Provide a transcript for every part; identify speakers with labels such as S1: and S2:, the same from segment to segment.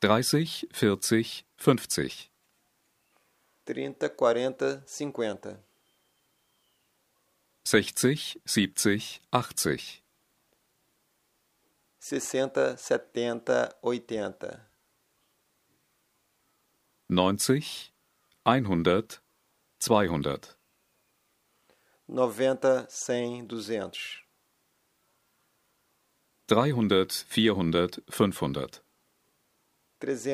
S1: 30, 40, 50,
S2: 30, 40, 50,
S1: 60, 70, 80,
S2: 60, 70, 80,
S1: 90, 100, 200,
S2: 90, 100, 200,
S1: 300, 400, 500,
S2: 300, 400, 500,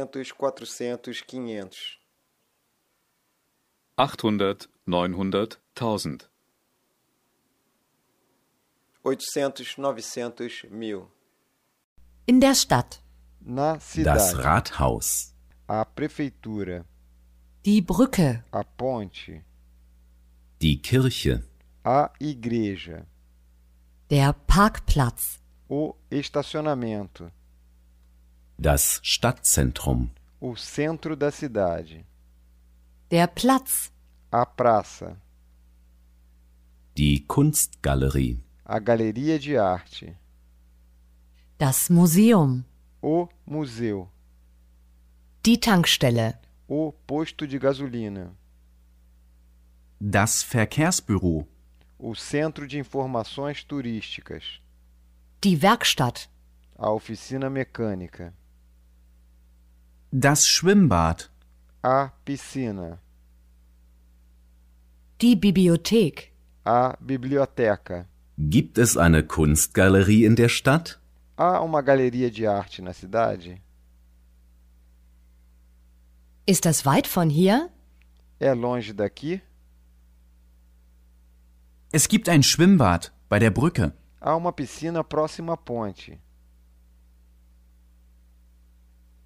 S1: 800, 900, 1000,
S2: 800, 900, 1000.
S3: In der Stadt.
S2: Na
S4: Das
S2: cidade,
S4: Rathaus.
S2: a prefeitura,
S3: Die Brücke.
S2: a ponte,
S4: Die Kirche.
S2: a igreja,
S3: Der Parkplatz.
S2: o estacionamento,
S4: Das Stadtzentrum.
S2: o centro da cidade,
S3: Der Platz.
S2: a praça,
S4: Die Kunstgalerie.
S2: a galeria de arte,
S3: Das Museum.
S2: o museu,
S3: Die Tankstelle.
S2: o posto de gasolina,
S5: Das Verkehrsbüro.
S2: o centro de informações turísticas,
S3: Die Werkstatt.
S2: a oficina mecânica,
S5: Das Schwimmbad.
S2: a piscina,
S3: Die Bibliothek.
S2: a biblioteca.
S4: Gibt es eine Kunstgalerie in der Stadt?
S2: Há uma galeria de arte na cidade?
S3: Ist das weit von hier?
S2: É longe daqui?
S5: Es gibt ein Schwimmbad bei der Brücke.
S2: Há uma piscina próxima à ponte.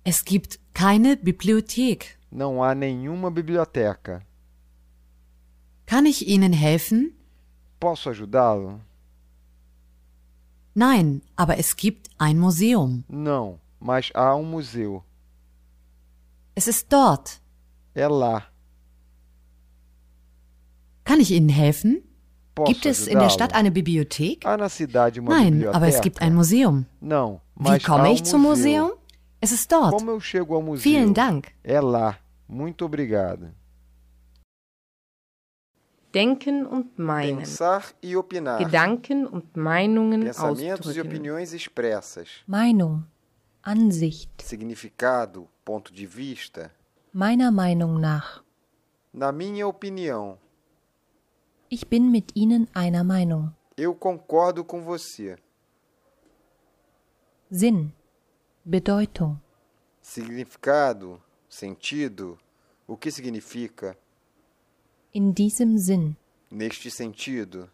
S3: Es gibt keine Bibliothek.
S2: Não há nenhuma biblioteca.
S3: Kann ich Ihnen helfen?
S2: Posso ajudá-lo?
S3: Nein, aber es gibt ein Museum.
S2: Não, mas há um museu.
S3: Es ist dort.
S2: É lá.
S3: Kann ich Ihnen helfen?
S2: Posso
S3: Gibt es in der Stadt
S2: ajudá-lo?
S3: eine Bibliothek?
S2: Há na cidade uma
S3: Nein,
S2: biblioteca?
S3: aber es gibt ein Museum.
S2: Não,
S3: Wie
S2: mas há
S3: komme
S2: um
S3: ich zum Museum? Es ist dort.
S2: Como eu chego ao museu?
S3: Vielen Dank.
S2: É lá. Muito obrigado.
S6: Denken und meinen.
S2: Pensar e opinar.
S6: Gedanken und Meinungen
S2: Pensamentos e
S6: ausdrücken.
S2: opiniões expressas.
S7: Meinung, Ansicht,
S2: Significado, ponto de vista.
S7: meiner Meinung nach.
S2: Na minha opinião,
S7: Ich bin mit Ihnen einer Meinung.
S2: eu concordo com você.
S7: Sinn, Bedeutung,
S2: Significado, sentido, o que significa?
S7: in diesem Sinn.
S2: Neste sentido,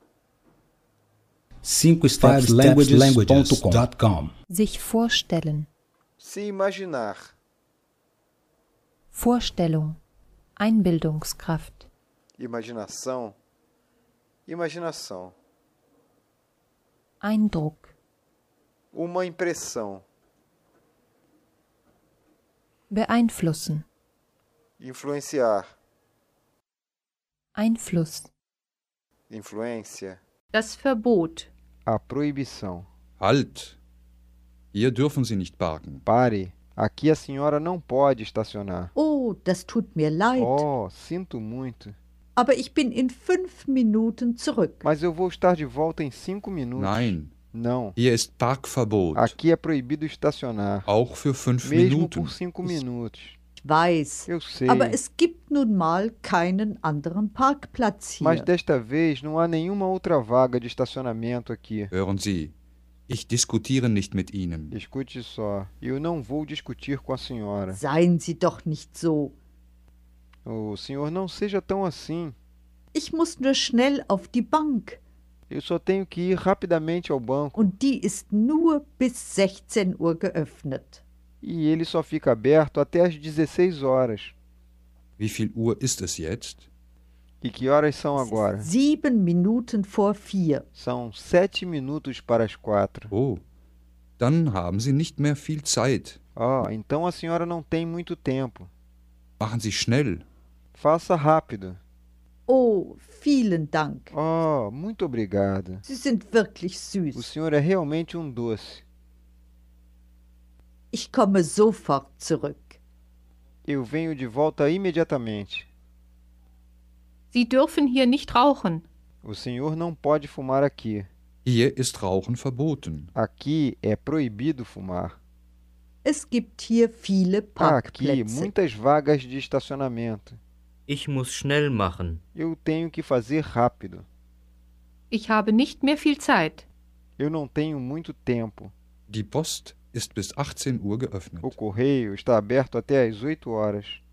S8: 5stepslanguages.com
S7: Sich vorstellen,
S2: se imaginar,
S7: Vorstellung, Einbildungskraft,
S2: imaginação, imaginação,
S7: Eindruck,
S2: uma impressão,
S7: beeinflussen,
S2: influenciar,
S7: Einfluss,
S2: influência,
S6: Das Verbot.
S2: a proibição.
S9: Halt! Hier dürfen Sie nicht parken.
S2: Pare, aqui a senhora não pode estacionar.
S10: Oh, das tut mir leid,
S2: Oh, sinto muito.
S10: aber ich bin in fünf Minuten zurück.
S2: Mas eu vou estar de volta em cinco minutos.
S9: Nein,
S2: Não,
S9: hier ist Parkverbot.
S2: aqui é proibido estacionar.
S9: Auch für fünf
S2: Mesmo
S9: Minuten.
S2: por cinco minutos.
S10: Ich weiß,
S2: Eu sei.
S10: aber es gibt nun mal keinen anderen Parkplatz
S3: é.
S2: Mas
S10: hier.
S2: desta vez não há nenhuma outra vaga de estacionamento aqui.
S9: Hören Sie, ich diskutiere nicht mit Ihnen.
S2: Escute só, eu não vou discutir com a senhora.
S10: Seien Sie doch nicht so.
S2: O senhor não seja tão assim.
S10: Ich muss nur schnell auf die Bank
S2: Eu só tenho que ir rapidamente ao banco
S10: und die ist nur bis 16 Uhr geöffnet.
S2: e ele só fica aberto até às 16 horas.
S9: Wie viel Uhr ist es jetzt?
S2: E que horas são agora?
S10: Sieben Minuten vor vier.
S2: São sete minutos para as quatro.
S9: Oh, dann haben Sie nicht mehr viel Zeit.
S2: Ó, então a senhora não tem muito tempo.
S9: Machen Sie schnell.
S2: Faça rápido.
S10: Oh, vielen Dank.
S2: Ó, muito obrigado.
S10: Sie sind wirklich
S2: O
S10: süß.
S2: senhor é realmente um doce.
S10: Ich komme sofort zurück.
S2: Eu venho de volta imediatamente.
S6: Sie dürfen hier nicht rauchen.
S2: O senhor não pode fumar aqui.
S9: Hier ist Rauchen verboten.
S2: Aqui é proibido fumar.
S10: Es gibt hier viele
S3: Ah,
S2: Aqui
S10: Parkplätze.
S2: muitas vagas de estacionamento.
S8: Ich muss schnell machen.
S2: Eu tenho que fazer rápido.
S6: Ich habe nicht mehr viel Zeit.
S2: Eu não tenho muito tempo.
S9: Die Post ist bis 18 Uhr
S2: O
S9: geöffnet.
S2: correio está aberto até às 8 horas.